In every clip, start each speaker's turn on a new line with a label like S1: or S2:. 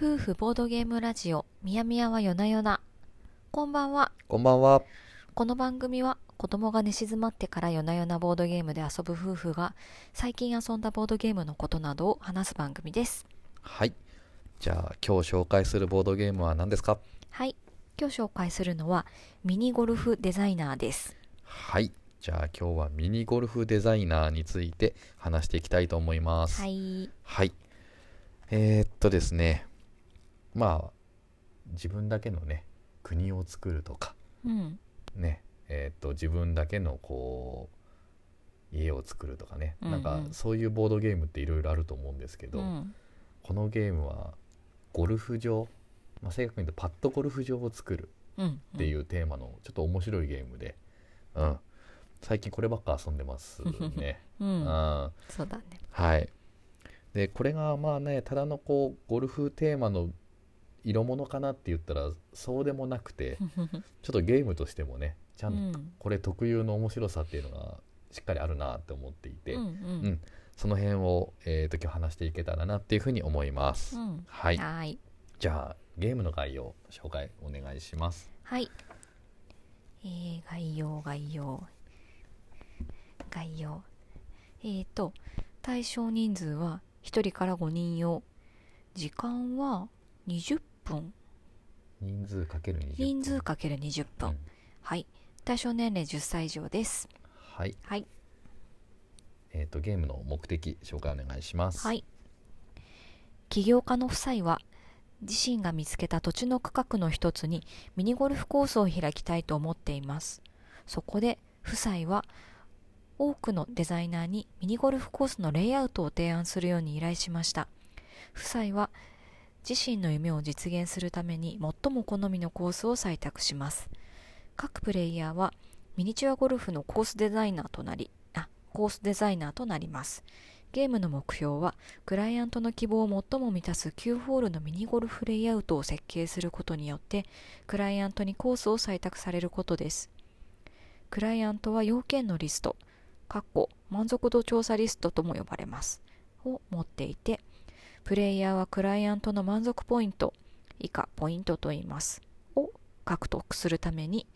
S1: F ボードゲームラジオみやみやは夜な夜なこんばんは
S2: こんばんは。
S1: この番組は子供が寝静まってから夜な夜なボードゲームで遊ぶ夫婦が最近遊んだボードゲームのことなどを話す番組です
S2: はい。じゃあ、今日紹介するボードゲームは何ですか
S1: はい今日紹介するのはミニゴルフデザイナーです
S2: はい。じゃあ、今日はミニゴルフデザイナーについて話していきたいと思います。
S1: は
S2: はい。
S1: い
S2: えー、っとですね。まあ、自分だけのね、国を作るとか、
S1: うん
S2: ね、えーっと、自分だけのこう、家を作るとかね、
S1: うんうん
S2: なんかそういうボードゲームっていろいろあると思うんですけど、
S1: うん
S2: このゲームはゴルフ場、まあ、正確に言うとパッドゴルフ場を作る
S1: うん
S2: っていううテーマのちょっと面白いゲームで、うん、最近こればっか遊んでますね。
S1: ん、
S2: う
S1: うん、
S2: ん
S1: そう だね
S2: はい、でこれがまあねただのこうゴルフテーマの色物かなって言ったらそうでもなくてちょっとゲームとしてもねちゃ
S1: うん
S2: と
S1: ん
S2: これ特有の面白さっていうのがしっかりあるなって思っていて、
S1: うんうん
S2: その辺を、えーと今日話していけたらなっていうふうに思います。
S1: うん
S2: はい、
S1: はーい
S2: じゃあゲームの概要紹介お願いします。
S1: はい。えー、概要、概要。概要。えーと、対象人数は1人から5人用。時間は20分。
S2: 人数かける20
S1: 人数かける20分。
S2: うん
S1: はい。対象年齢10歳以上です。
S2: はい、
S1: はい。
S2: えー、とゲームの目的紹介お願いします。
S1: はい。起業家の夫妻は、自身が見つけた土地の区画の一つにミニゴルフコースを開きたいと思っています。そこで、夫妻は、多くのデザイナーにミニゴルフコースのレイアウトを提案するように依頼しました。夫妻は、自身の夢を実現するために最も好みのコースを採択します。各プレイヤーは、ミニチュアゴルフのコースデザイナーとなり、あ、コースデザイナーとなります。ゲームの目標は、クライアントの希望を最も満たす9ホールのミニゴルフレイアウトを設計することによって、クライアントにコースを採択されることです。クライアントは要件のリスト、括弧満足度調査リストとも呼ばれます、を持っていて、プレイヤーはクライアントの満足ポイント、以下ポイントと言います、を獲得するために、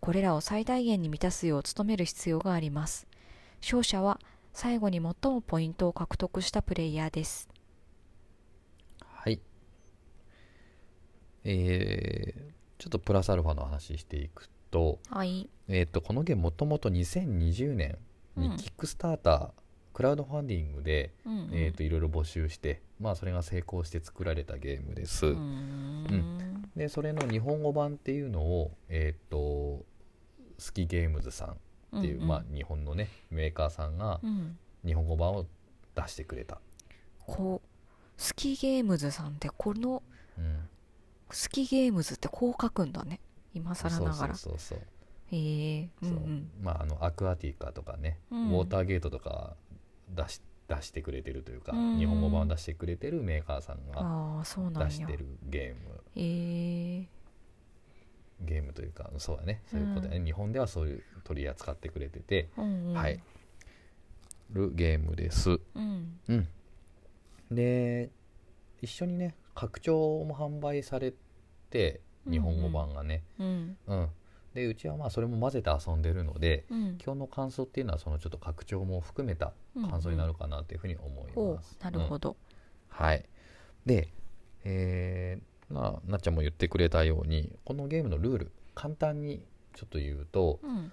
S1: これらを最大限に満たすよう努める必要があります。勝者は最後に最もポイントを獲得したプレイヤーです。
S2: はい。えーちょっとプラスアルファの話していくと、
S1: はい。
S2: えー、とこのゲームもともと2020年
S1: うん
S2: にキックスターター、クラウドファンディングで、
S1: うんうん、
S2: えー、といろいろ募集して、まあ、それが成功して作られたゲームです。
S1: うーん。
S2: でそれの日本語版っていうのを、えー、とスキゲームズさんっていう、
S1: んん
S2: まあ、日本のねメーカーさんが
S1: うん。
S2: 日本語版を出してくれた。
S1: こう、スキーゲームズさんって、この
S2: うん
S1: スキーゲームズってこう書くんだね。今更ながら。
S2: そうそうそう
S1: へえう
S2: そう,、
S1: んうん。
S2: まああのアクアティカとかね、
S1: うん
S2: ウォーターゲートとか出し出してくれてるというか、
S1: うん
S2: 日本語版を出してくれてるメーカーさんが
S1: ああ、そうなんや。
S2: 出してるゲーム
S1: へえ
S2: ゲームというかそうだねそういうことだね、日本ではそういう取り扱ってくれてて、
S1: うんうん。
S2: はい。るゲームです
S1: うん。
S2: うんで一緒にね拡張も販売されて日本語版がね
S1: うん。
S2: うん、でうちはまあそれも混ぜて遊んでるので、
S1: うん。
S2: 今日の感想っていうのはそのちょっと拡張も含めた感想になるかなというふうに思い
S1: お
S2: ま
S1: う
S2: す。
S1: なる
S2: う
S1: ほ
S2: ん
S1: ど。
S2: はい、で、えーまあ、なっちゃんも言ってくれたようにこのゲームのルール簡単にちょっと言うと、
S1: うん。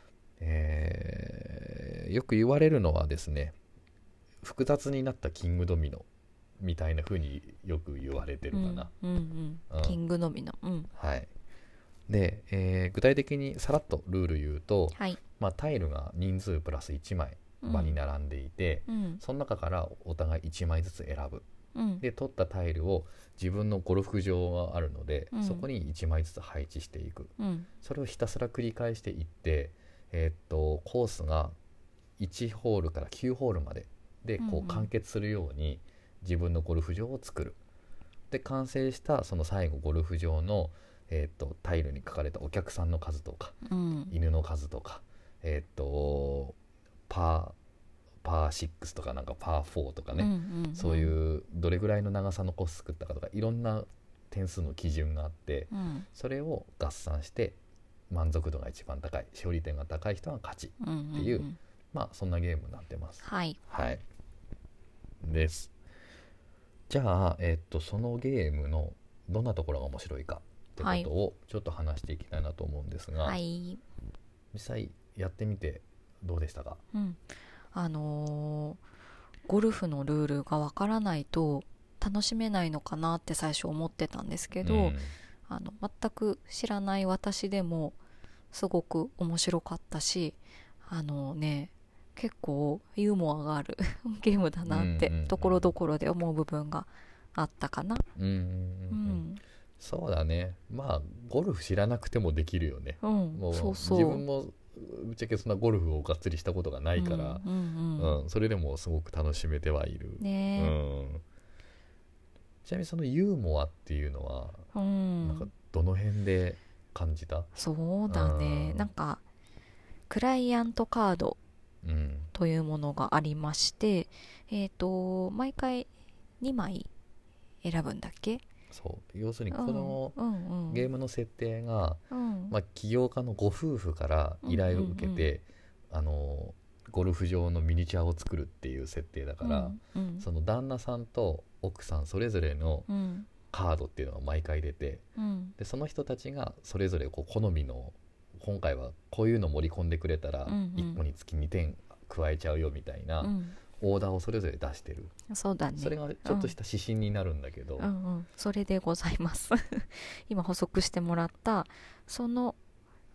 S2: えーよく言われるのはですね複雑になったキングドミノみたいなふうによく言われてるかな。
S1: うんうんう。
S2: うんん
S1: キングのみの。うん。
S2: はいで、えー具体的にさらっとルール言うと、
S1: はい。
S2: まあ、タイルが人数プラス1枚場に並んでいて、
S1: うん。
S2: その中からお互い1枚ずつ選ぶ
S1: うん。
S2: で取ったタイルを自分のゴルフ場があるので、
S1: うん
S2: そこに1枚ずつ配置していく
S1: うん。
S2: それをひたすら繰り返していって、えーっとコースが1ホールから9ホールまでで
S1: うんう
S2: こ
S1: ん
S2: う完結するように自分のゴルフ場を作るで完成したその最後ゴルフ場の、えーっとタイルに書かれたお客さんの数とか
S1: うん。
S2: 犬の数とかえーっとパーパー6とかなんかパー4とかね、
S1: うんうんうん
S2: そういうどれぐらいの長さのコース作ったかとかいろんな点数の基準があって
S1: うん
S2: それを合算して満足度が一番高い勝利点が高い人が勝ち
S1: うんうん
S2: っていうんまあそんなゲームになってます
S1: はい
S2: はいですじゃあえっとそのゲームのどんなところが面白いかってことをちょっと話していきたいなと思うんですが、
S1: はい、
S2: 実際やってみてどうでしたか
S1: うん、あのーゴルフのルールがわからないと楽しめないのかなって最初思ってたんですけど、
S2: うん
S1: あの全く知らない私でもすごく面白かったしあのね結構ユーモアがある ゲームだなって
S2: うんうんうん
S1: ところどころで思う部分があったかな
S2: うんうん
S1: う
S2: うんうん
S1: ん
S2: そうだねまあゴルフ知らなくてもできるよね
S1: うん
S2: もう
S1: そうそう
S2: 自分もぶっちゃけそんなゴルフをがっつりしたことがないから、
S1: うん
S2: う
S1: うん
S2: ん
S1: うん
S2: それでもすごく楽しめてはいる、う
S1: ね
S2: ん、ちなみにそのユーモアっていうのは、
S1: えう
S2: なんか
S1: ん
S2: どの辺で感じた、
S1: そうだね
S2: うん
S1: なんかクライアントカード
S2: うん
S1: というものがありましてえっ、と毎回2枚選ぶんだっけ
S2: そう要するにこの
S1: うんうんうん
S2: ゲームの設定が、
S1: うん
S2: まあ、起業家のご夫婦から依頼を受けて、あのゴルフ場のミニチュアを作るっていう設定だから、
S1: うんうん
S2: その旦那さんと奥さんそれぞれの
S1: うん
S2: カードっていうのが毎回出て
S1: うん
S2: でその人たちがそれぞれこう好みの今回はこういうの盛り込んでくれたら
S1: うんうん
S2: 1個につき2点加えちゃうよみたいな
S1: う
S2: オーダーをそれぞれ出してる、
S1: ん、そうだね
S2: それがちょっとした指針になるんだけど、
S1: うんうん、それでございます 今補足してもらったその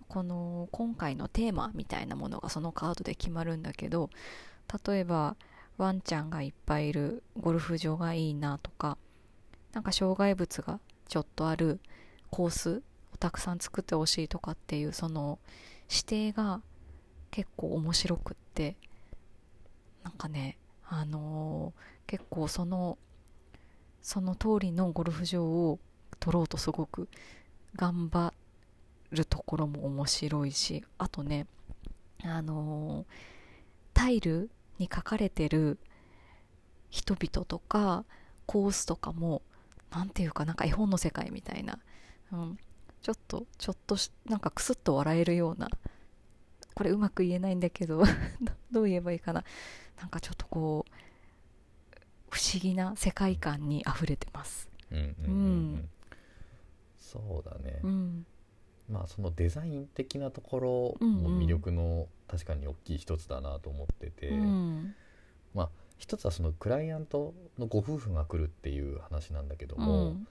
S1: この今回のテーマみたいなものがそのカードで決まるんだけど例えばワンちゃんがいっぱいいるゴルフ場がいいなとかなんか障害物がちょっとあるコースをたくさん作ってほしいとかっていうその指定が結構面白くってなんかねあのー結構そのその通りのゴルフ場を取ろうとすごく頑張るところも面白いしあとねあのータイルに書かれてる人々とかコースとかもなんていうかなんか絵本の世界みたいな、うん、ちょっとちょっとしなんかクスッと笑えるようなこれうまく言えないんだけど どどう言えばいいかななんかちょっとこう不思議な世界観にあふれてます。
S2: うんうんうんうん
S1: うん
S2: そうだね、
S1: うん、
S2: まあそのデザイン的なところ
S1: うんう
S2: も
S1: ん
S2: 魅力の確かに大きい一つだなと思ってて、
S1: うん
S2: 一つはそのクライアントのご夫婦が来るっていう話なんだけど
S1: う
S2: も、
S1: ん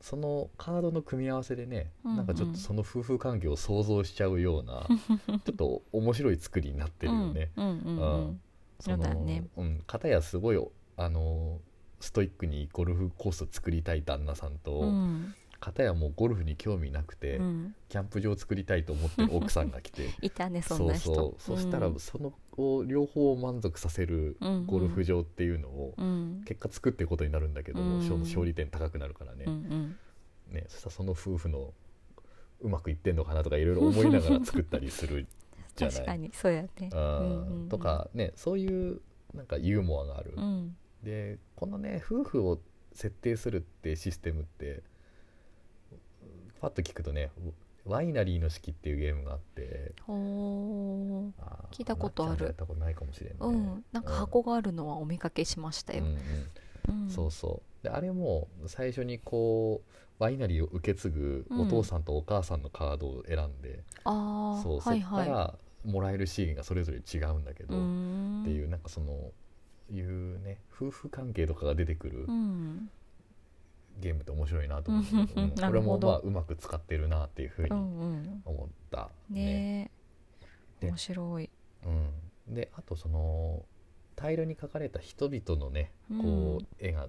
S2: そのカードの組み合わせでね、
S1: うんうん
S2: なんかちょっとその夫婦関係を想像しちゃうよ うなちょっと面白い作りになってるよね。
S1: うんうんうんそうだね
S2: うん、片やすごいあのストイックにゴルフコースを作りたい旦那さんと、
S1: うんうん
S2: 片やもうゴルフに興味なくて、
S1: うん
S2: キャンプ場を作りたいと思ってる奥さんが来て
S1: いたね そんな人
S2: そうそうそしたら
S1: うん
S2: そのを両方を満足させる
S1: うんうん
S2: ゴルフ場っていうのを
S1: うん
S2: 結果作っていくことになるんだけども、
S1: うん
S2: 勝勝利点高くなるからね、
S1: うんうん
S2: ねそしたらその夫婦のうまくいってんのかなとかいろいろ思いながら作ったり するじゃない
S1: 確かにそうやね
S2: あ
S1: うんう
S2: ー
S1: んうん
S2: とかねそういうなんかユーモアがある、
S1: うん
S2: でこのね夫婦を設定するってシステムってパッと聞くとねワイナリーの式っていうゲームがあって
S1: ほー
S2: あー
S1: 聞いたことある
S2: なっちゃんがやったことないかもしれない、
S1: うんなんか箱があるのはお見かけしました
S2: うん
S1: よ
S2: うん
S1: うん
S2: そうそうであれも最初にこうワイナリーを受け継ぐお父さんとお母さんのカードを選んで、
S1: あ
S2: そう
S1: あはいはい
S2: そっからもらえる資源がそれぞれ違うんだけど、
S1: う
S2: ってい
S1: ん
S2: うなんかそのいうね夫婦関係とかが出てくる
S1: うん
S2: ゲームって面白いなと思うんだけど、
S1: うん
S2: うん
S1: な
S2: こ
S1: る
S2: れ
S1: ほ
S2: も
S1: ど
S2: まあうまく使ってるなっていうふうに
S1: うんうん
S2: 思った、
S1: ねえ
S2: ね
S1: 面白い
S2: うん、であとそのタイルに描かれた人々のねこう絵が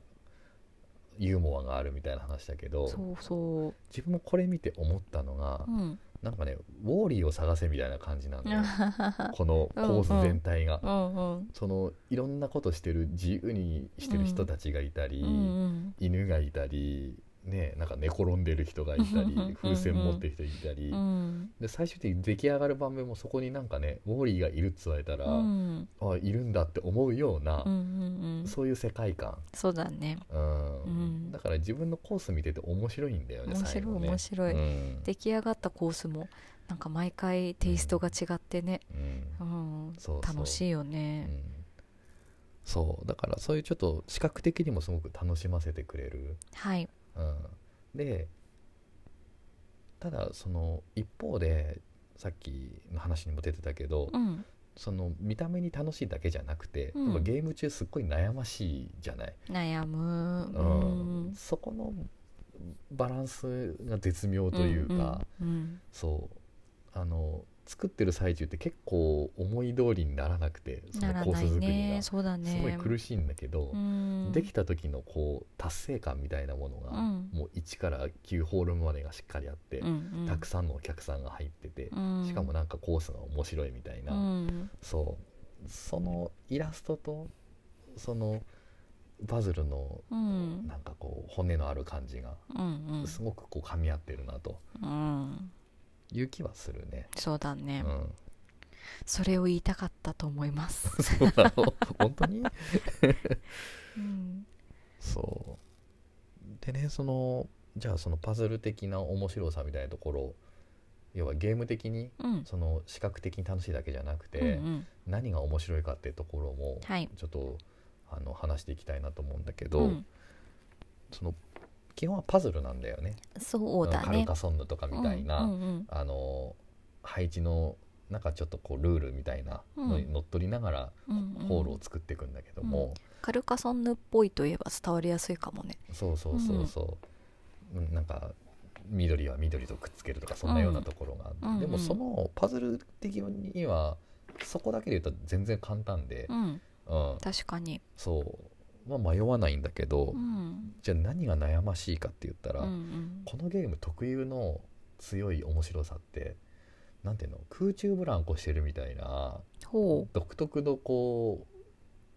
S2: ユーモアがあるみたいな話だけど
S1: そうそう
S2: 自分もこれ見て思ったのが、
S1: うん
S2: なんかねウォーリーを探せみたいな感じなんだよこの
S1: うん
S2: コース全体が。
S1: うんうん
S2: そのいろんなことしてる自由にしてる人たちがいたり、
S1: うんうん
S2: 犬がいたりねなんか寝転んでる人がいた
S1: うんうん
S2: り風船持ってる人いたり、
S1: うん
S2: で最終的に出来上がる盤面もそこになんかねウォーリーがいるっつわれたら、
S1: うん
S2: あいるんだって思うような、
S1: うんうんうん
S2: そういう世界観、
S1: そうだね
S2: うん
S1: うん
S2: だから自分のコース見てて面白いんだよね
S1: 面
S2: 最
S1: 白い
S2: 後ね
S1: 面白い
S2: うん
S1: 出来上がったコースもなんか毎回テイストが違ってね、
S2: うん
S1: うん、
S2: そうそう
S1: 楽しいよ
S2: う
S1: ね、
S2: んそうだからそういうちょっと視覚的にもすごく楽しませてくれる、
S1: はい
S2: うん、でただその一方でさっきの話にも出てたけど、
S1: うん
S2: その見た目に楽しいだけじゃなくて、
S1: うん
S2: やっぱゲーム中すっごい悩ましいじゃない、
S1: 悩む
S2: う
S1: うん
S2: んそこのバランスが絶妙というか、
S1: うんうん
S2: そうあの作ってる最中って結構思い通りにならなくて
S1: うん
S2: そ
S1: な
S2: の
S1: ら
S2: コー
S1: ない
S2: ス作り
S1: ね
S2: がす
S1: そうだね
S2: ごい苦しいんだけど、
S1: うん
S2: できた時のこう達成感みたいなものが、
S1: うん
S2: もう1から9ホールまでがしっかりあって、
S1: うんうん、
S2: たくさんのお客さんが入ってて、
S1: うん
S2: しかもなんかコースが面白いみたいな、
S1: うん
S2: そうそのイラストとそのパズルの
S1: うん
S2: なんかこう骨のある感じが
S1: うん
S2: すごくこう噛み合ってるなと
S1: うんうん
S2: いう気はするね。
S1: そうだ
S2: う
S1: ね、
S2: ん、
S1: それを言いたかったと思います、
S2: そうなの本当に
S1: うん
S2: そうでねそのじゃあそのパズル的な面白さみたいなところ要はゲーム的に
S1: うん
S2: その視覚的に楽しいだけじゃなくて、
S1: うんうん
S2: 何が面白いかっていうところも
S1: はい
S2: ちょっとあの話していきたいなと思うんだけど、
S1: うん、
S2: その基本はパズルなんだよね
S1: そうだ
S2: カル
S1: ね
S2: カソンヌとかみたいな、
S1: うんうん
S2: あの配置のなんかちょっとこうルールみたいなの
S1: う
S2: に
S1: ん
S2: 乗っ取りながら
S1: うんうん
S2: ホールを作っていくんだけども、
S1: カルカソンヌっぽいといえば伝わりやすいかもね
S2: そうそうそうそう、うんなんか緑は緑とくっつけるとかそんなようなところがあって、
S1: うんうん
S2: でもそのパズル的にはそこだけで言うと全然簡単で、
S1: うん
S2: うん
S1: 確かに
S2: そう、まあ、迷わないんだけど、
S1: うん
S2: じゃあ何が悩ましいかって言った
S1: うんう
S2: ら、
S1: ん
S2: このゲーム特有の強い面白さってなんていうの空中ブランコしてるみたいな
S1: ほう
S2: 独特のこ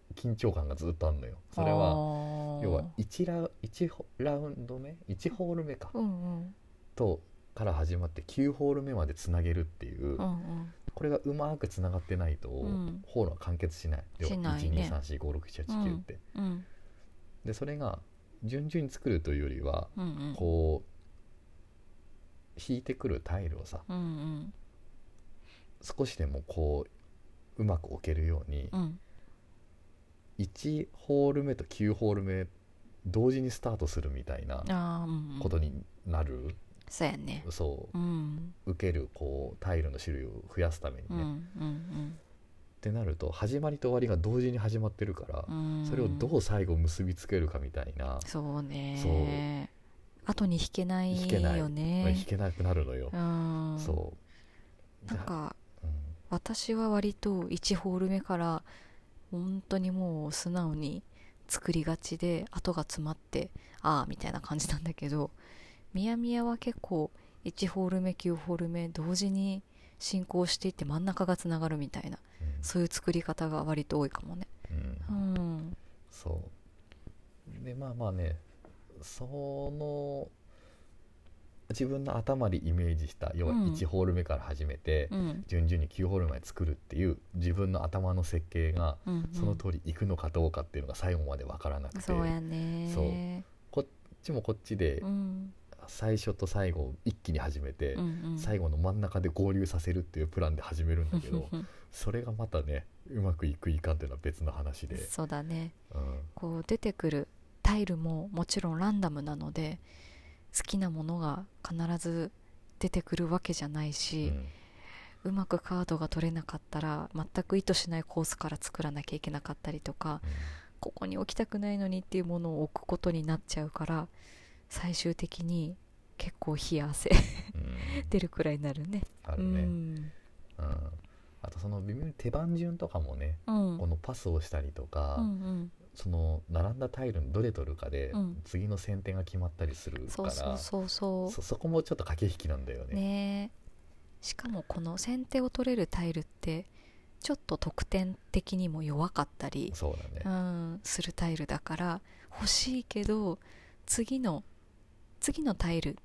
S2: う緊張感がずっとあるのよそれは
S1: は
S2: 要は1ラ1ホラウンド目1ホール目か、
S1: うんうん
S2: とから始まって9ホール目までつなげるっていう、
S1: うん
S2: これがうまくつながってないと、
S1: ん
S2: ホールは完結しない要は
S1: しないね
S2: 123456789って、
S1: うんうん
S2: でそれが順々に作るというよりは
S1: うんうん
S2: こう引いてくるタイルをさ
S1: うんうん
S2: 少しでもこううまく置けるように、
S1: うん
S2: 1ホール目と9ホール目同時にスタートするみたいな
S1: あーうんうん
S2: ことになる、
S1: そうやね
S2: そ
S1: うん
S2: う受けるこうタイルの種類を増やすために
S1: う
S2: ね、
S1: んう
S2: っ
S1: ん
S2: てなると始まりと終わりが同時に始まってるから
S1: う、んうん
S2: それをどう最後結びつけるかみたいな、
S1: そうね後に引けない
S2: 引けない
S1: よ
S2: まあ弾
S1: ね
S2: けなくなるのよ
S1: う、ん
S2: そう
S1: なんか
S2: じゃあうん
S1: 私は割と1ホール目から本当にもう素直に作りがちで後が詰まってああみたいな感じなんだけどミヤミヤは結構1ホール目9ホール目同時に進行していって真ん中がつながるみたいな
S2: うん
S1: そういう作り方が割と多いかもね
S2: うん
S1: うん
S2: そうでまあまあねその自分の頭でイメージした要は
S1: うん
S2: 1ホール目から始めて、
S1: うん
S2: 順々に9ホールまで作るっていう自分の頭の設計が
S1: うんうん
S2: その通りいくのかどうかっていうのが最後まで分からなくて、
S1: そう
S2: こっ
S1: やね
S2: そうちもこっちで
S1: うん
S2: 最初と最後を一気に始めて、
S1: うんうん
S2: 最後の真ん中で合流させるっていうプランで始めるんだけど それがまたねうまくいくいかんっていうのは別の話で、
S1: そうだね
S2: うん
S1: こう出てくるタイルももちろんランダムなので好きなものが必ず出てくるわけじゃないし、うまくカードが取れなかったら全く意図しないコースから作らなきゃいけなかったりとかここに置きたくないのにっていうものを置くことになっちゃうから最終的に結構冷や汗
S2: うんうん
S1: 出るくらいになるね。
S2: あ
S1: う
S2: るね、
S1: ん
S2: うんあとその微妙に手番順とかもね、
S1: うん
S2: このパスをしたりとか、
S1: うん
S2: その並んだタイルのどれ取るかで
S1: うん
S2: 次の先手が決まったりする
S1: うん、
S2: か
S1: そうそ
S2: ら
S1: うそうそう
S2: そそこもちょっと駆け引きなんだよね。
S1: ねえしかもこの先手を取れるタイルってちょっと得点的にも弱かったり、
S2: そうだね
S1: う、ん、するタイルだから欲しいけど次の次のタイル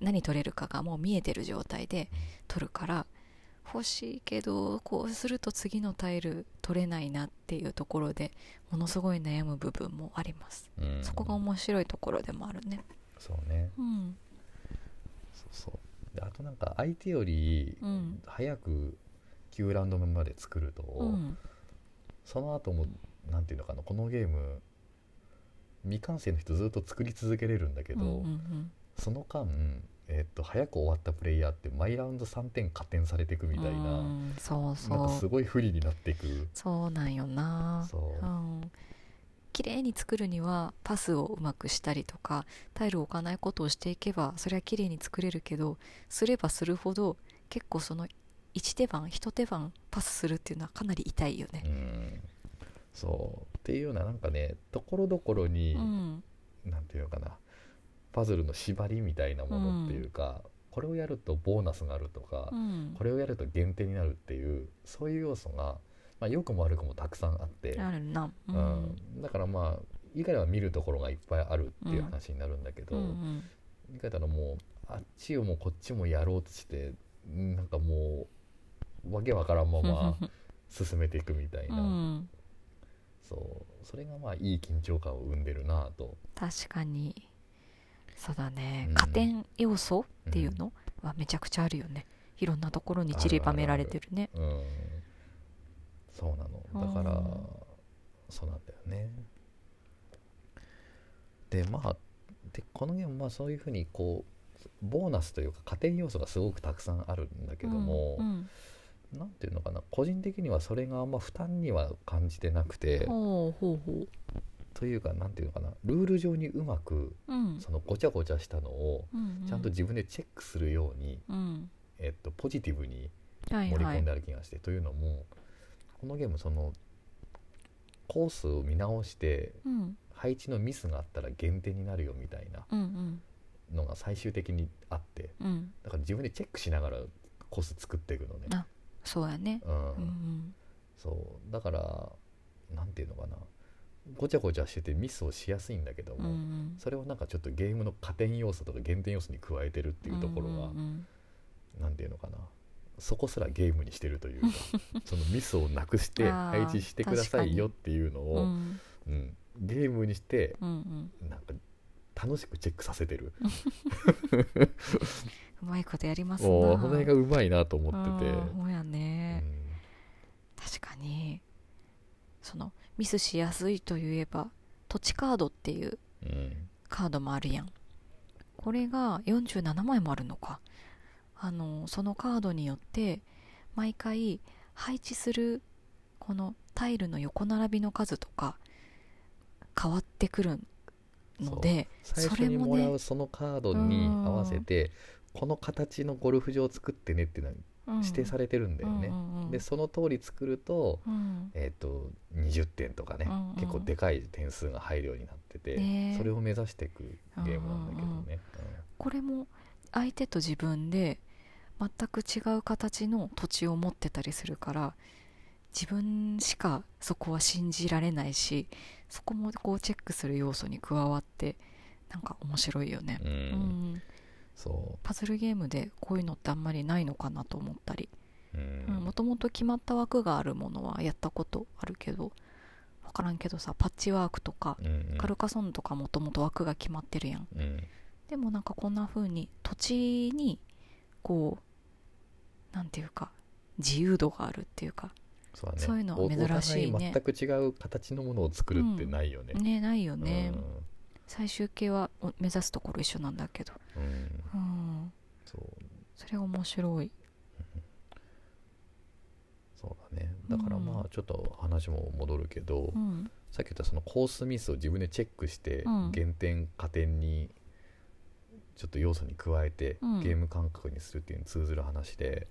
S1: 何取れるかがもう見えてる状態で取るから欲しいけどこうすると次のタイル取れないなっていうところでものすごい悩む部分もあります
S2: うん
S1: そこが面白いところでもあるね
S2: そうね
S1: うん
S2: そうそうであとなんか相手より
S1: うん
S2: 早く9ラウンド目まで作ると、
S1: うん
S2: その後もなんていうのかなこのゲーム未完成の人ずっと作り続けれるんだけど、
S1: うんうんうん
S2: その間、えっと早く終わったプレイヤーって毎ラウンド3点加点されていくみたいな,、
S1: うんそうそ
S2: なんか
S1: う
S2: すごい不利になっていく
S1: そうなんよな
S2: そう
S1: うん綺麗に作るにはパスをうまくしたりとかタイルを置かないことをしていけばそれは綺麗に作れるけどすればするほど結構その1手番1手番パスするっていうのはかなり痛いよね
S2: う。んそうっていうようななんかねところどころに、
S1: うん
S2: なんていうのかなパズルの縛りみたいなものっていうか、これをやるとボーナスがあるとか、
S1: うん
S2: これをやると減点になるっていうそういう要素が、まあ、良くも悪くもたくさんあって。
S1: あるな。う
S2: うんんだからまあ以外は見るところがいっぱいあるっていう話になるんだけど、
S1: うんうん
S2: 言い方のもうあっちをもこっちもやろうとしてんなんかもうわけわからんまま進めていくみたいな、
S1: うん
S2: そうそれがまあいい緊張感を生んでるなぁと、
S1: 確かにそうだね、
S2: うん
S1: 加点要素っていうのはめちゃくちゃあるよねいろんなところに散りばめられてるね
S2: うん、そうなのだから、
S1: うん
S2: そうなんだよねでまあでこのゲームまあそういうふうにこうボーナスというか加点要素がすごくたくさんあるんだけども、
S1: うん
S2: なんていうのかな個人的にはそれがあんま負担には感じてなく
S1: う
S2: て、
S1: んほうほうほ
S2: というかなんていうのかなルール上にうまく
S1: ううん
S2: そのごちゃごちゃしたのを
S1: うんうん
S2: ちゃんと自分でチェックするように、
S1: うん
S2: えっと、ポジティブに
S1: はい
S2: 盛り
S1: は
S2: 込ん
S1: い
S2: である気がして、というのもこのゲームそのコースを見直して
S1: うん
S2: 配置のミスがあったら減点になるよみたいな
S1: うんうん
S2: のが最終的にあって
S1: うん
S2: だから自分でチェックしながらコース作っていくのね。
S1: そうやね
S2: うん
S1: うん
S2: そうだからなんていうのかなごちゃごちゃしててミスをしやすいんだけど
S1: うんう
S2: も、
S1: ん
S2: それをなんかちょっとゲームの加点要素とか減点要素に加えてるっていうところが、
S1: うんうん
S2: なんていうのかなそこすらゲームにしてるとい うかそのミスをなくして
S1: あー
S2: 配置してくださいよっていうの
S1: う
S2: を、
S1: ん
S2: うんゲームにして
S1: うんうん
S2: なんか楽しくチェックさせてる、
S1: うまいことやりますな
S2: おおーその辺がうまいなと思ってて、
S1: うんほうや
S2: う
S1: ね
S2: ん
S1: 確かにそのミスしやすいといえば土地カードっていう
S2: うん
S1: カードもあるやんこれが47枚もあるのかあのそのカードによって毎回配置するこのタイルの横並びの数とか変わってくるので
S2: 最初
S1: それ
S2: に
S1: もね
S2: もらうそのカードに合わせて、この形のゴルフ場を作ってねっていうのは指定さ
S1: れ
S2: れてるんだよね、でその通り作ると,、
S1: うん
S2: えー、と20点とかね、
S1: うんうん
S2: 結構でかい点数が入るようになってて、
S1: ねえ
S2: それを目指していくゲームなんだけどね、
S1: これも相手と自分で全く違う形の土地を持ってたりするから自分しかそこは信じられないしそこもこうチェックする要素に加わってなんか面白いよね、
S2: うん
S1: うん
S2: そ
S1: パズルゲームでこういうのってあんまりないのかなと思ったり
S2: う、うん
S1: もともと決まった枠があるものはやったことあるけど分からんけどさパッチワークとか
S2: うんうん
S1: カルカソンヌとかもともと枠が決まってるやん
S2: うん
S1: でもなんかこんな風に土地にこうなんていうか自由度があるっていうか
S2: そうだね
S1: そういうのは
S2: お
S1: 珍しいね
S2: お互い全く違う形のものを作るってないよね、
S1: ねないよ
S2: うん
S1: ね、最終形はお目指すところ一緒なんだけど
S2: うん
S1: うん
S2: そう
S1: それが面白い
S2: そうだねだからま
S1: う
S2: あちょっと話も戻るけど、
S1: うん
S2: さっき言ったそのコースミスを自分でチェックして
S1: うん
S2: 減点加点にちょっと要素に加えて
S1: うん
S2: ゲーム感覚にするっていうのに通ずる話で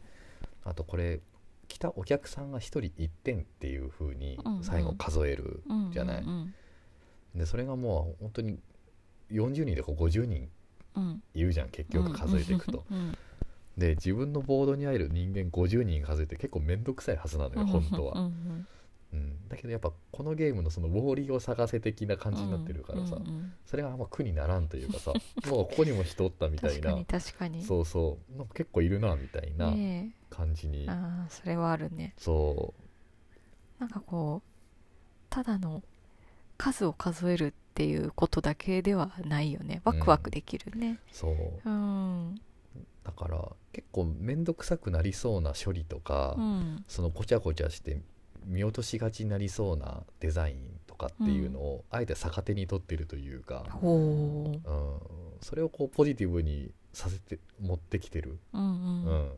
S2: あとこれ来たお客さんが1人1点っていう風に
S1: うんうん
S2: 最後数える
S1: うん
S2: じゃない
S1: うん
S2: でそれがもう本当に40人とか50人
S1: うん
S2: いるじゃん結局数えていくと
S1: うんうん
S2: で自分のボードに入る人間50人数えて結構面倒くさいはずなのよ本当
S1: う
S2: は
S1: ん
S2: うんだけどやっぱこのゲームのそのウォーリーを探せ的な感じになってるからさ、
S1: うんうんうん
S2: それがあんま苦にならんという かさもうここにも人おったみたい
S1: 確か
S2: な
S1: に確かに
S2: そうそうなんか結構いるなみたいな
S1: ね
S2: 感じに、
S1: えああそれはあるね
S2: そ
S1: なんかこうただの数を数えるっていうことだけではないよねワクワクできるね
S2: うそう
S1: うん
S2: だから結構面倒くさくなりそうな処理とか、
S1: うん
S2: そのごちゃごちゃして見落としがちになりそうなデザインとかっていうのを、あえて逆手に取ってるというか、
S1: ほ
S2: うん、それをこうポジティブにさせて持ってきてる、
S1: ううん
S2: う
S1: うん
S2: ん、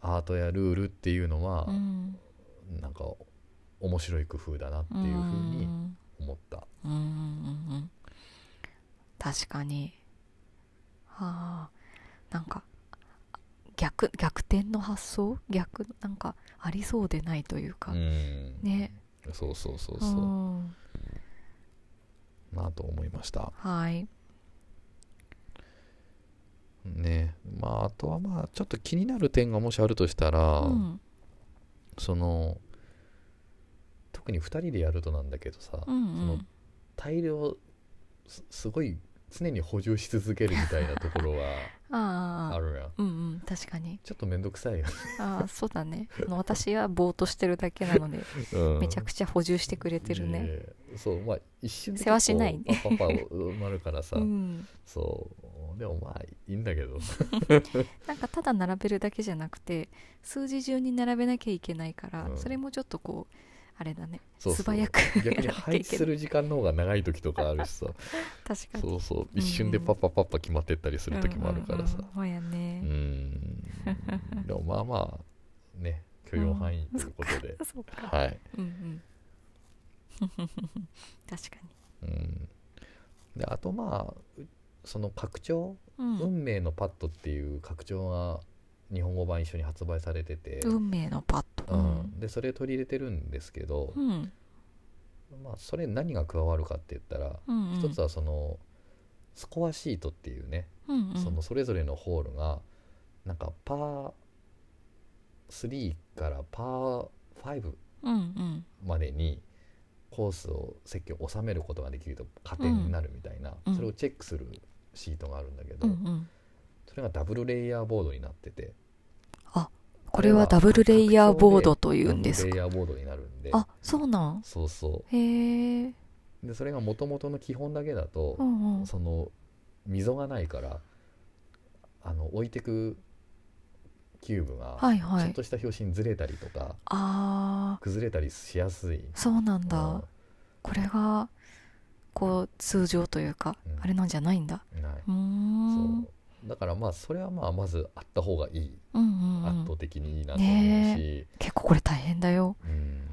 S2: アートやルールっていうのは
S1: う、ん
S2: なんか面白い工夫だなっていう
S1: う
S2: ふうんに思った。
S1: うんうんうん確かにああなんか逆逆転の発想逆なんかありそうでないというか、
S2: うん
S1: ね
S2: そうそうそうそううんなと思いました
S1: はい
S2: ねまああとはまあちょっと気になる点がもしあるとしたら、
S1: うん
S2: その特に2人でやるとなんだけどさ、
S1: うん
S2: その大量すすごい常に補充し続けるみたいなところは
S1: うんあ
S2: あ
S1: あ
S2: るやん
S1: うんうん確かに
S2: ちょっと面倒くさいよ、
S1: ああそうだねあの私はぼーっとしてるだけなのでめちゃ
S2: くち
S1: くちゃ補充してくれてるね、
S2: そうまあ一瞬で
S1: 世話しないね
S2: 結構パパパ埋まるからさ、
S1: うん、
S2: そうでもまあいいんだけど
S1: なんかただ並べるだけじゃなくて数字順に並べなきゃいけないから、
S2: うん
S1: それもちょっとこうあれだね
S2: そうそう
S1: 素早くやら
S2: 逆に
S1: なきゃ
S2: 配
S1: い
S2: 置
S1: け
S2: す
S1: ない
S2: る時間の方が長い時とかあるしさ
S1: 確かに
S2: そうそう一瞬でパッパパッパ決まってったりする時もあるからさ
S1: うんうんうんそうや
S2: う
S1: ね、
S2: んでもまあまあね許容範囲ということで、
S1: そうか
S2: はい
S1: うんうん 確かに
S2: うんであとまあうその拡張、
S1: うん、
S2: 運命のパッドっていう拡張が日本語版一緒に発売されてて、
S1: 運命のパッド
S2: うんでそれ取り入れてるんですけど
S1: う、んうん
S2: まあ、それ何が加わるかって言ったら、
S1: うんうん
S2: 一つはそのスコアシートっていうね、
S1: うんうん
S2: そのそれぞれのホールがなんかパー3からパー5
S1: うんうん
S2: までにコースを席を収めることができると加点になるみたいな、
S1: うん
S2: それをチェックするシートがあるんだけど、
S1: うんうん
S2: それがダブルレイヤーボードになってて
S1: これはダブルレイヤーボードというんで
S2: ダ
S1: す
S2: ブルレイ
S1: か
S2: ヤーボードになるんで
S1: あそうなん
S2: そうそ
S1: へえ
S2: うでそれがもともとの基本だけだと
S1: う、んうん
S2: その溝がないからあの置いてくキューブが
S1: はい
S2: ち
S1: は
S2: ょっ
S1: い
S2: とした拍子にずれたりとか、
S1: ああ
S2: 崩れたりしやすい。
S1: そうなんだ、
S2: うん
S1: これがこう通常というか、
S2: うん
S1: あれなんじゃないんだ
S2: ないう
S1: ーん
S2: そうだからまあそれはまあまずあった方がいい、
S1: うんうんう
S2: 圧
S1: ん
S2: 倒的にいいなと思うし、
S1: ね結構これ大変だよ
S2: うん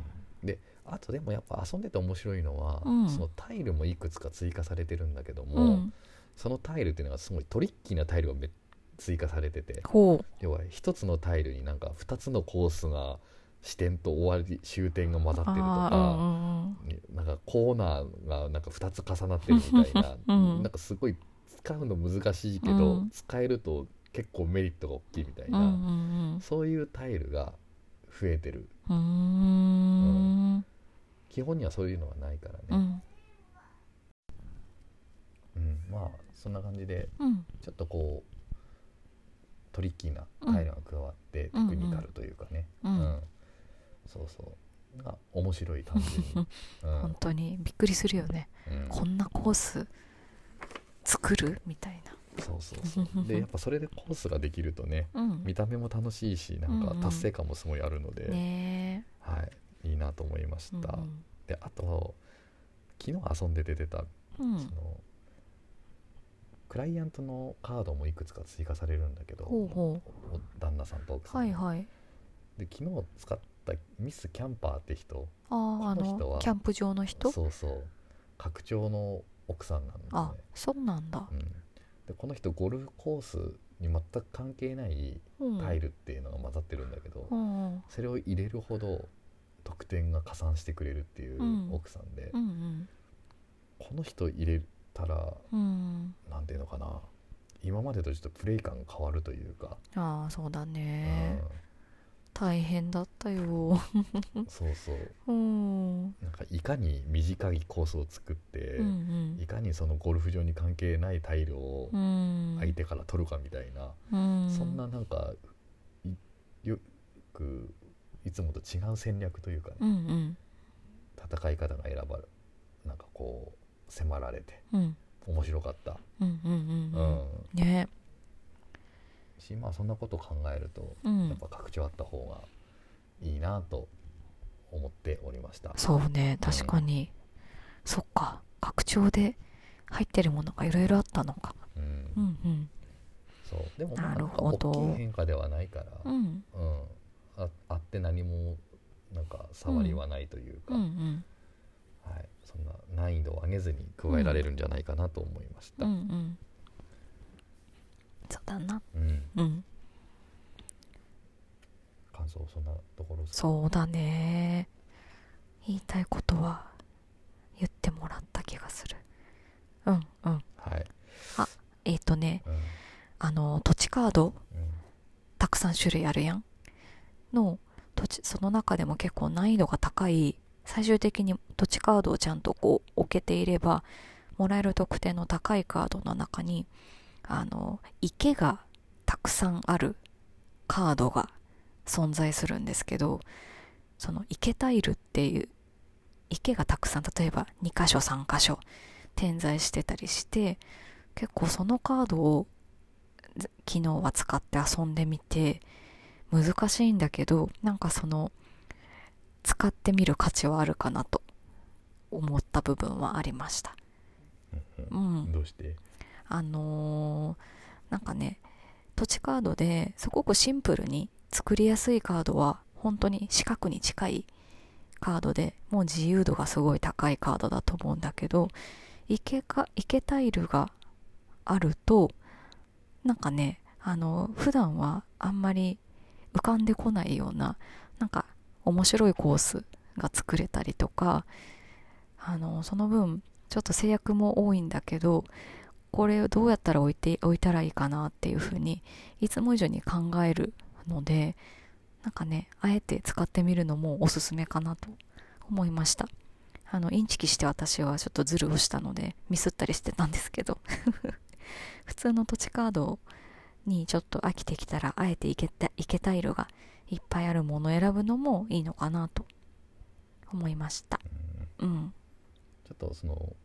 S2: であとでもやっぱ遊んでて面白いのは、
S1: うん
S2: そのタイルもいくつか追加されてるんだけど
S1: う
S2: も、
S1: ん
S2: そのタイルっていうのがすごいトリッキーなタイルがめ追加されてて
S1: ほ
S2: 要は一つのタイルになんか2つのコースが始点と終わり終点が混ざ
S1: う
S2: ってると
S1: ああ
S2: か。
S1: うん
S2: ねなんかコーナーがなんか2つ重なってるみたいな、
S1: うん
S2: なんかすごい使うの難しいけ
S1: う
S2: ど、
S1: ん
S2: 使えると結構メリットが大きいみたい
S1: うんう
S2: な、
S1: んうん
S2: そういうタイルが増えてる
S1: うんうんう
S2: 基本にはそういうのはないからね、
S1: ーんうん
S2: うんまあそんな感じで
S1: うん
S2: ちょっとこうトリッキーなタイルが加わってテ
S1: うん
S2: クニカルというかね、
S1: う
S2: うん
S1: ん
S2: そうそうが面白い 単純に、うん
S1: 本当にびっくりするよね
S2: うん
S1: こんなコース作るみたい
S2: そうそうそうでやっぱそれでコースができるとね
S1: なうん
S2: 見た目も楽しいしなん
S1: う
S2: か
S1: んうん
S2: 達成感もすごいあるので、
S1: ね
S2: はい、いいなと思いまし
S1: えうん
S2: た、であと昨日遊んでて出た、
S1: うんう
S2: そ
S1: ん
S2: のクライアントのカードもいくつか追加されるんだけど
S1: ほうほ
S2: お旦那さんと奥
S1: う
S2: さん
S1: は
S2: に、
S1: いはい
S2: で昨日使ったミス・キャンパーって人
S1: あああ
S2: この人
S1: の
S2: は
S1: キャンプ場の人
S2: そうそう拡張の奥さんなんだ
S1: あ
S2: よね、
S1: そうなんだ
S2: うん、でこの人ゴルフコースに全く関係ない
S1: うん
S2: タイルっていうのが混ざってるんだけど、
S1: うんうん
S2: それを入れるほど得点が加算してくれるっていう
S1: うん
S2: 奥さんで、
S1: うん
S2: この人入れたら
S1: うんうん
S2: なんていうのかな今までとちょっとプレイ感が変わるというか、
S1: ああそうだ
S2: うん
S1: ね大変だったよ
S2: そうそう
S1: うん、うん
S2: なんかいかに短いコースを作って、
S1: うん
S2: いかにそのゴルフ場に関係ないタイルを
S1: うん
S2: 相手から取るかみたいな、
S1: うん
S2: そんななんかいよくいつもと違う戦略というかね、
S1: うんうん
S2: 戦い方が選ばれなんかこう迫られて
S1: うん
S2: 面白かった、
S1: うんうんうん
S2: う
S1: うん
S2: ん
S1: ね
S2: しまあそんなこと考えると
S1: う
S2: やっ
S1: ん
S2: ぱ拡張あった方がいいなと思っておりました、
S1: そうね確かに、そっか拡張で入ってるものがいろいろあったのか
S2: うん
S1: うんうん
S2: そうでもま
S1: な
S2: あな
S1: る
S2: んか
S1: ほ
S2: 大
S1: ど
S2: きい変化ではないから、
S1: う
S2: うん
S1: ん
S2: ああって何もなんか触りはないというか、
S1: うんうん
S2: はい、そんな難易度を上げずに加えられるんじゃないかなと思いまし
S1: う
S2: た。
S1: んうんそうだな
S2: うん
S1: うん
S2: 感想そんなところですか
S1: そうだね言いたいことは言ってもらった気がするうんうん
S2: はい、
S1: えっ、とね
S2: うん
S1: あの土地カード
S2: うん
S1: たくさん種類あるやんの土地その中でも結構難易度が高い最終的に土地カードをちゃんとこう置けていればもらえる特典の高いカードの中にあの池がたくさんあるカードが存在するんですけどその池タイルっていう池がたくさん例えば2箇所3箇所点在してたりして結構そのカードをず昨日は使って遊んでみて難しいんだけどなんかその使ってみる価値はあるかなと思った部分はありましたうん
S2: どうして、
S1: あのーなんかね土地カードですごくシンプルに作りやすいカードは本当に四角に近いカードでもう自由度がすごい高いカードだと思うんだけど池か池タイルがあるとなんかねあの普段はあんまり浮かんでこないようななんか面白いコースが作れたりとかあのその分ちょっと制約も多いんだけどこれをどうやったら置いて置いたらいいかなっていうふうにいつも以上に考えるのでなんかねあえて使ってみるのもおすすめかなと思いましたあのインチキして私はちょっとズルをしたのでミスったりしてたんですけど 普通の土地カードにちょっと飽きてきたらあえていけたいけた色がいっぱいあるものを選ぶのもいいのかなと思いました
S2: うん
S1: うん
S2: ちょっとその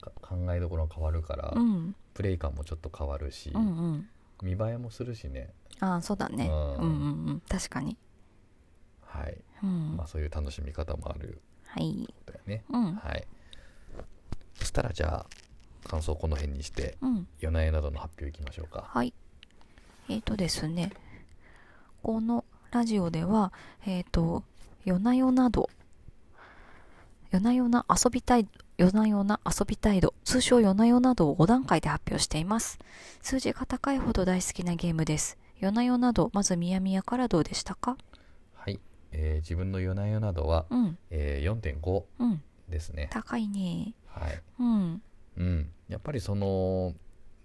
S2: か考えどころが変わるから、
S1: うん
S2: プレイ感もちょっと変わるし、
S1: うんうん
S2: 見栄えもするしね、
S1: ああそうだね
S2: うん
S1: うんうんうん確かに
S2: はい
S1: うん
S2: まあ、そういう楽しみ方もある
S1: はい。
S2: ことだよね、
S1: うん。
S2: はい、そしたらじゃあ感想この辺にして
S1: うん。
S2: 夜な夜などの発表いきましょうか
S1: はい。えっ、とですね、このラジオでは、えっ、と、夜な夜など、夜な夜な遊びたい、夜な夜な遊び態度、通称夜な夜などを5段階で発表しています。数字が高いほど大好きなゲームです。夜な夜など、まずみやみやからどうでしたか
S2: はい、えー自分の夜な夜などは、
S1: うん、
S2: えー4.5
S1: うん。
S2: ですね
S1: 高いね。
S2: はい、
S1: うん、
S2: うん、やっぱりその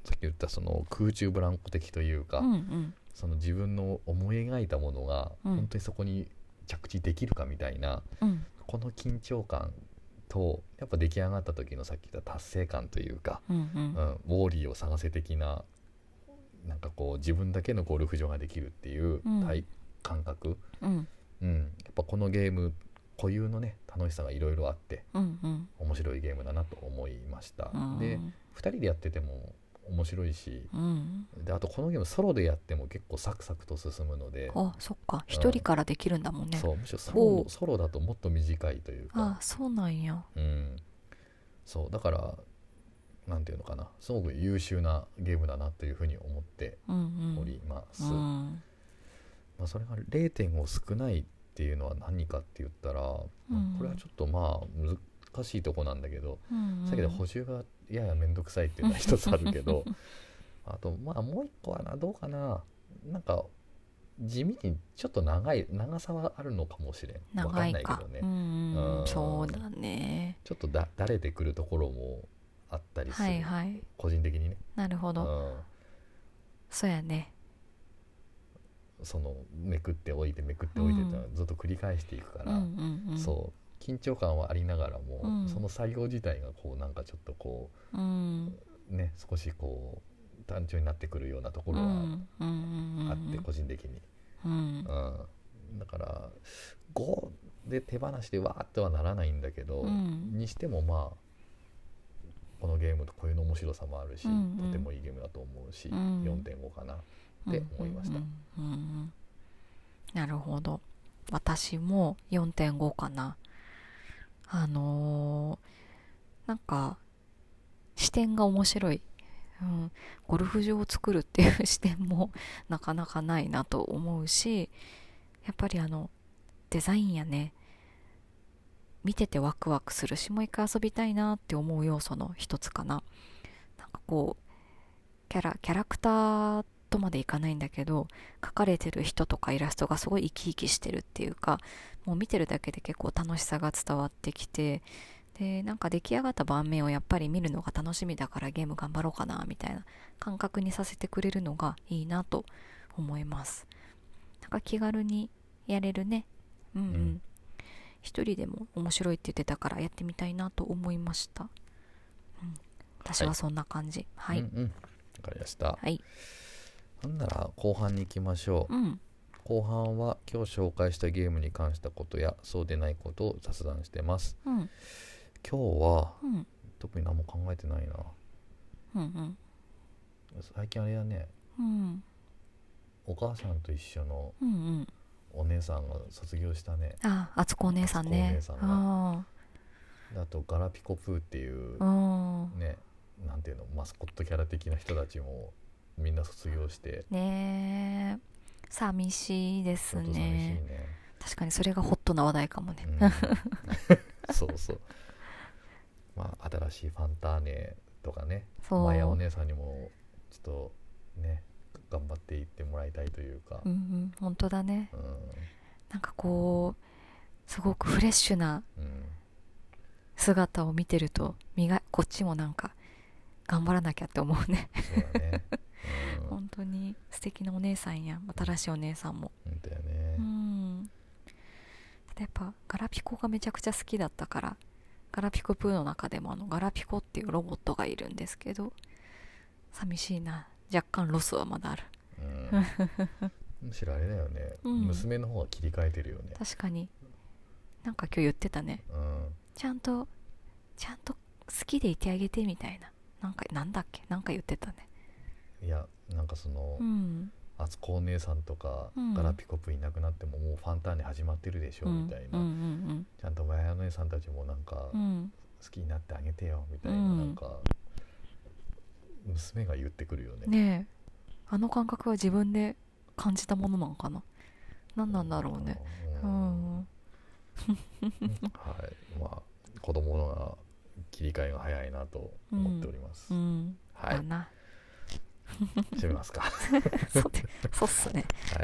S2: さっき言ったその空中ブランコ的というか、
S1: うん、うん。
S2: その自分の思い描いたものが
S1: うん
S2: 本当にそこに着地できるかみたいな、
S1: うん、
S2: この緊張感とやっぱ出来上がった時のさっき言った達成感というか、
S1: うん、う
S2: うん
S1: ん。
S2: ウォーリーを探せ的ななんかこう自分だけのゴルフ場ができるっていう
S1: うん
S2: 体感覚、
S1: うん、
S2: うんやっぱこのゲーム固有のね楽しさがいろいろあって
S1: うん、うん。
S2: 面白いゲームだなと思いました。
S1: うん
S2: で2人でやってても面白いし
S1: うん。
S2: であとこのゲームソロでやっても結構サクサクと進むので、
S1: あ、そっか。一人からできるんだもんね。
S2: そうむしろソロ
S1: おう
S2: ソロだともっと短いという
S1: あ
S2: か、
S1: そうなんや。
S2: うん、そうだからなんていうのかなすごく優秀なゲームだなというふうに思って
S1: うんう
S2: お
S1: ん。
S2: ります、
S1: うん
S2: まあ、それが0.5少ないっていうのは何かって言ったら、
S1: ん
S2: これはちょっとまあ難しいとこなんだけど、
S1: うん
S2: さっきの補充がやや面倒くさいっていうのは一つあるけ ど あとまあもう一個はなどうかななんか地味にちょっと長い長さはあるのかもしれんわ
S1: 長
S2: ん
S1: い
S2: ないけ
S1: か
S2: ど。ね、
S1: うん
S2: う
S1: うんん。そうだね。
S2: ちょっとだだれてくるところもあったりする、
S1: はいはい。
S2: 個人的にね、
S1: なるほ
S2: う
S1: ど。
S2: ん
S1: そうやね。
S2: そのめくっておいてめくっておいてっていうのはずっと繰り返していく
S1: う
S2: か
S1: ん
S2: ら、
S1: うんうん、
S2: そう緊張感はありながらも、
S1: うん
S2: その作業自体がこうなんかちょっとこ
S1: うん。うん
S2: うね少しこう単調になってくるようなとこ
S1: うんう
S2: ろは
S1: んうんうん
S2: あって、個人的に、
S1: うん
S2: うん、だから5で手放しでわーってはならないんだけど、
S1: うん
S2: にしてもまあこのゲームと固有の面白さもあるし、
S1: うんうん
S2: とてもいいゲームだと思うし、
S1: うん
S2: 4.5かなって思いました
S1: うんうんうんうんなるほど私も4.5かなあのーなんか視点が面白い、うん、ゴルフ場を作るっていう視点も なかなかないなと思うしやっぱりあのデザインやね見ててワクワクするしもう一回遊びたいなって思う要素の一つかななんかこうキャラキャラクターとまでいかないんだけど描かれてる人とかイラストがすごい生き生きしてるっていうかもう見てるだけで結構楽しさが伝わってきてでなんか出来上がった盤面をやっぱり見るのが楽しみだからゲーム頑張ろうかなみたいな感覚にさせてくれるのがいいなと思いますなんか気軽にやれるねうんうん、
S2: うん
S1: 一人でも面白いって言ってたからやってみたいなと思いました、うん、私はそんな感じはい、
S2: うんうん、わかりました、
S1: はい。
S2: なんなら後半に行きましょう
S1: うん。
S2: 後半は今日紹介したゲームに関したことやそうでないことを雑談してます
S1: うん。
S2: 今日は
S1: うん。
S2: 特に何も考えてないな
S1: うん。
S2: 最近あれだね
S1: うん。
S2: お母さんと一緒の
S1: うん。うん。
S2: お姉さんが卒業したね
S1: あ、あつこお姉さんね。
S2: あつこお姉さ
S1: あ
S2: であとガラピコプーっていう
S1: あ。うん。
S2: ねなんていうのマスコットキャラ的な人たちもみんな卒業して
S1: ねえ。寂しいで
S2: ち
S1: す
S2: ょっと寂しいね
S1: ね。確かにそれがホットな話題かもね。
S2: うん そうそうまあ新しいファンターネとかね
S1: そう。
S2: マヤお姉さんにもちょっとね頑張っていってもらいたいというか、
S1: うんうん。本当だね。
S2: うん
S1: なんかこう、すごくフレッシュな
S2: うん
S1: 姿を見てると、身が、こっちもなんか、頑張らなきゃって思うね。
S2: そうだね、 うん、
S1: 本当に素敵なお姉さんや、新しいお姉さんも。
S2: 本当だよね
S1: う、んただやっぱガラピコがめちゃくちゃ好きだったからガラピコプーの中でもあのガラピコっていうロボットがいるんですけど寂しいな若干ロスはまだある
S2: うん、むしろあれだよね、
S1: うん
S2: 娘の方が切り替えてるよね、
S1: 確かになんか今日言ってたね
S2: うん、
S1: ちゃんとちゃんと好きでいてあげてみたいななんかなんだっけなんか言ってたね
S2: いやなんかその、
S1: うん
S2: あつこお姉さんとか、
S1: うん
S2: ガラピコプいなくなってももうファンターネ始まってるでしょ、
S1: うん
S2: みたいな、
S1: うんうん
S2: ちゃんとマヤお姉さんたちもなんか
S1: うんうん
S2: 好きになってあげてよみたいな、
S1: うん
S2: なんか娘が言ってくるよね
S1: ねえあの感覚は自分で感じたものなんかな何なんだろうねう
S2: うん
S1: ん
S2: はいまあ子供の方が切り替えが早いなと思っております、
S1: うん
S2: は
S1: だ
S2: い
S1: な
S2: 閉めますかは
S1: そうでそうっすね、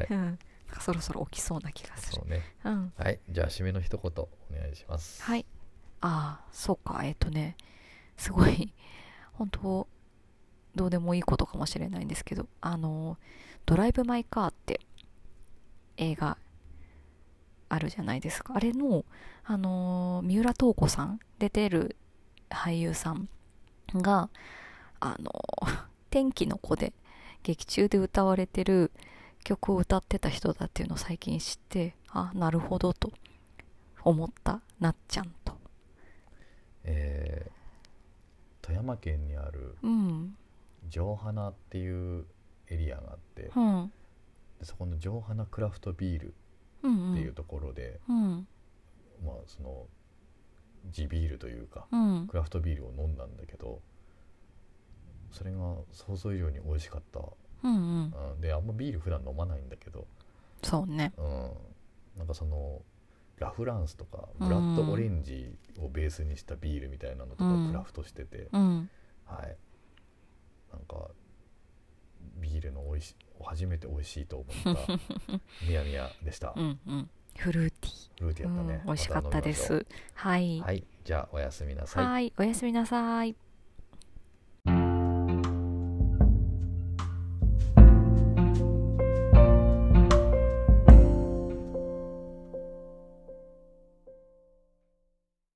S2: い
S1: うん、なんかそろそろ起きそうな気がする
S2: そうね
S1: う、ん、
S2: はいじゃあ締めの一言お願いします
S1: はいああそうかえっ、とねすごい本当どうでもいいことかもしれないんですけどあの「ドライブ・マイ・カー」って映画あるじゃないですかあれのあの三浦透子さん出てる俳優さんがあの天気の子で劇中で歌われてる曲を歌ってた人だっていうのを最近知ってあなるほどと思ったなっちゃんと
S2: えー富山県にある
S1: うん
S2: 城花っていうエリアがあってで
S1: うん
S2: そこの城花クラフトビール
S1: うんうん
S2: っていうところで、
S1: うん
S2: まあその地ビールというか
S1: うん
S2: クラフトビールを飲んだんだけどそれが想像以上に美味しかった、
S1: うんうん
S2: うん、であんまビール普段飲まないんだけど、
S1: そうね
S2: うん、なんかそのラ・フランスとかブラッドオレンジをベースにしたビールみたいなのとか
S1: うん
S2: クラフトしてて、
S1: うん
S2: はいなんかビールの美味し初めて美味しいと思 ったみやみやでした、
S1: うんうんフルーテ
S2: ルーテ
S1: ィ
S2: ィ
S1: ー、
S2: ーやったね、
S1: うん、美味しかったで
S2: ま飲みましょ
S1: すはい、
S2: うはいじゃあおやすみなさい
S1: はいおやすみなさい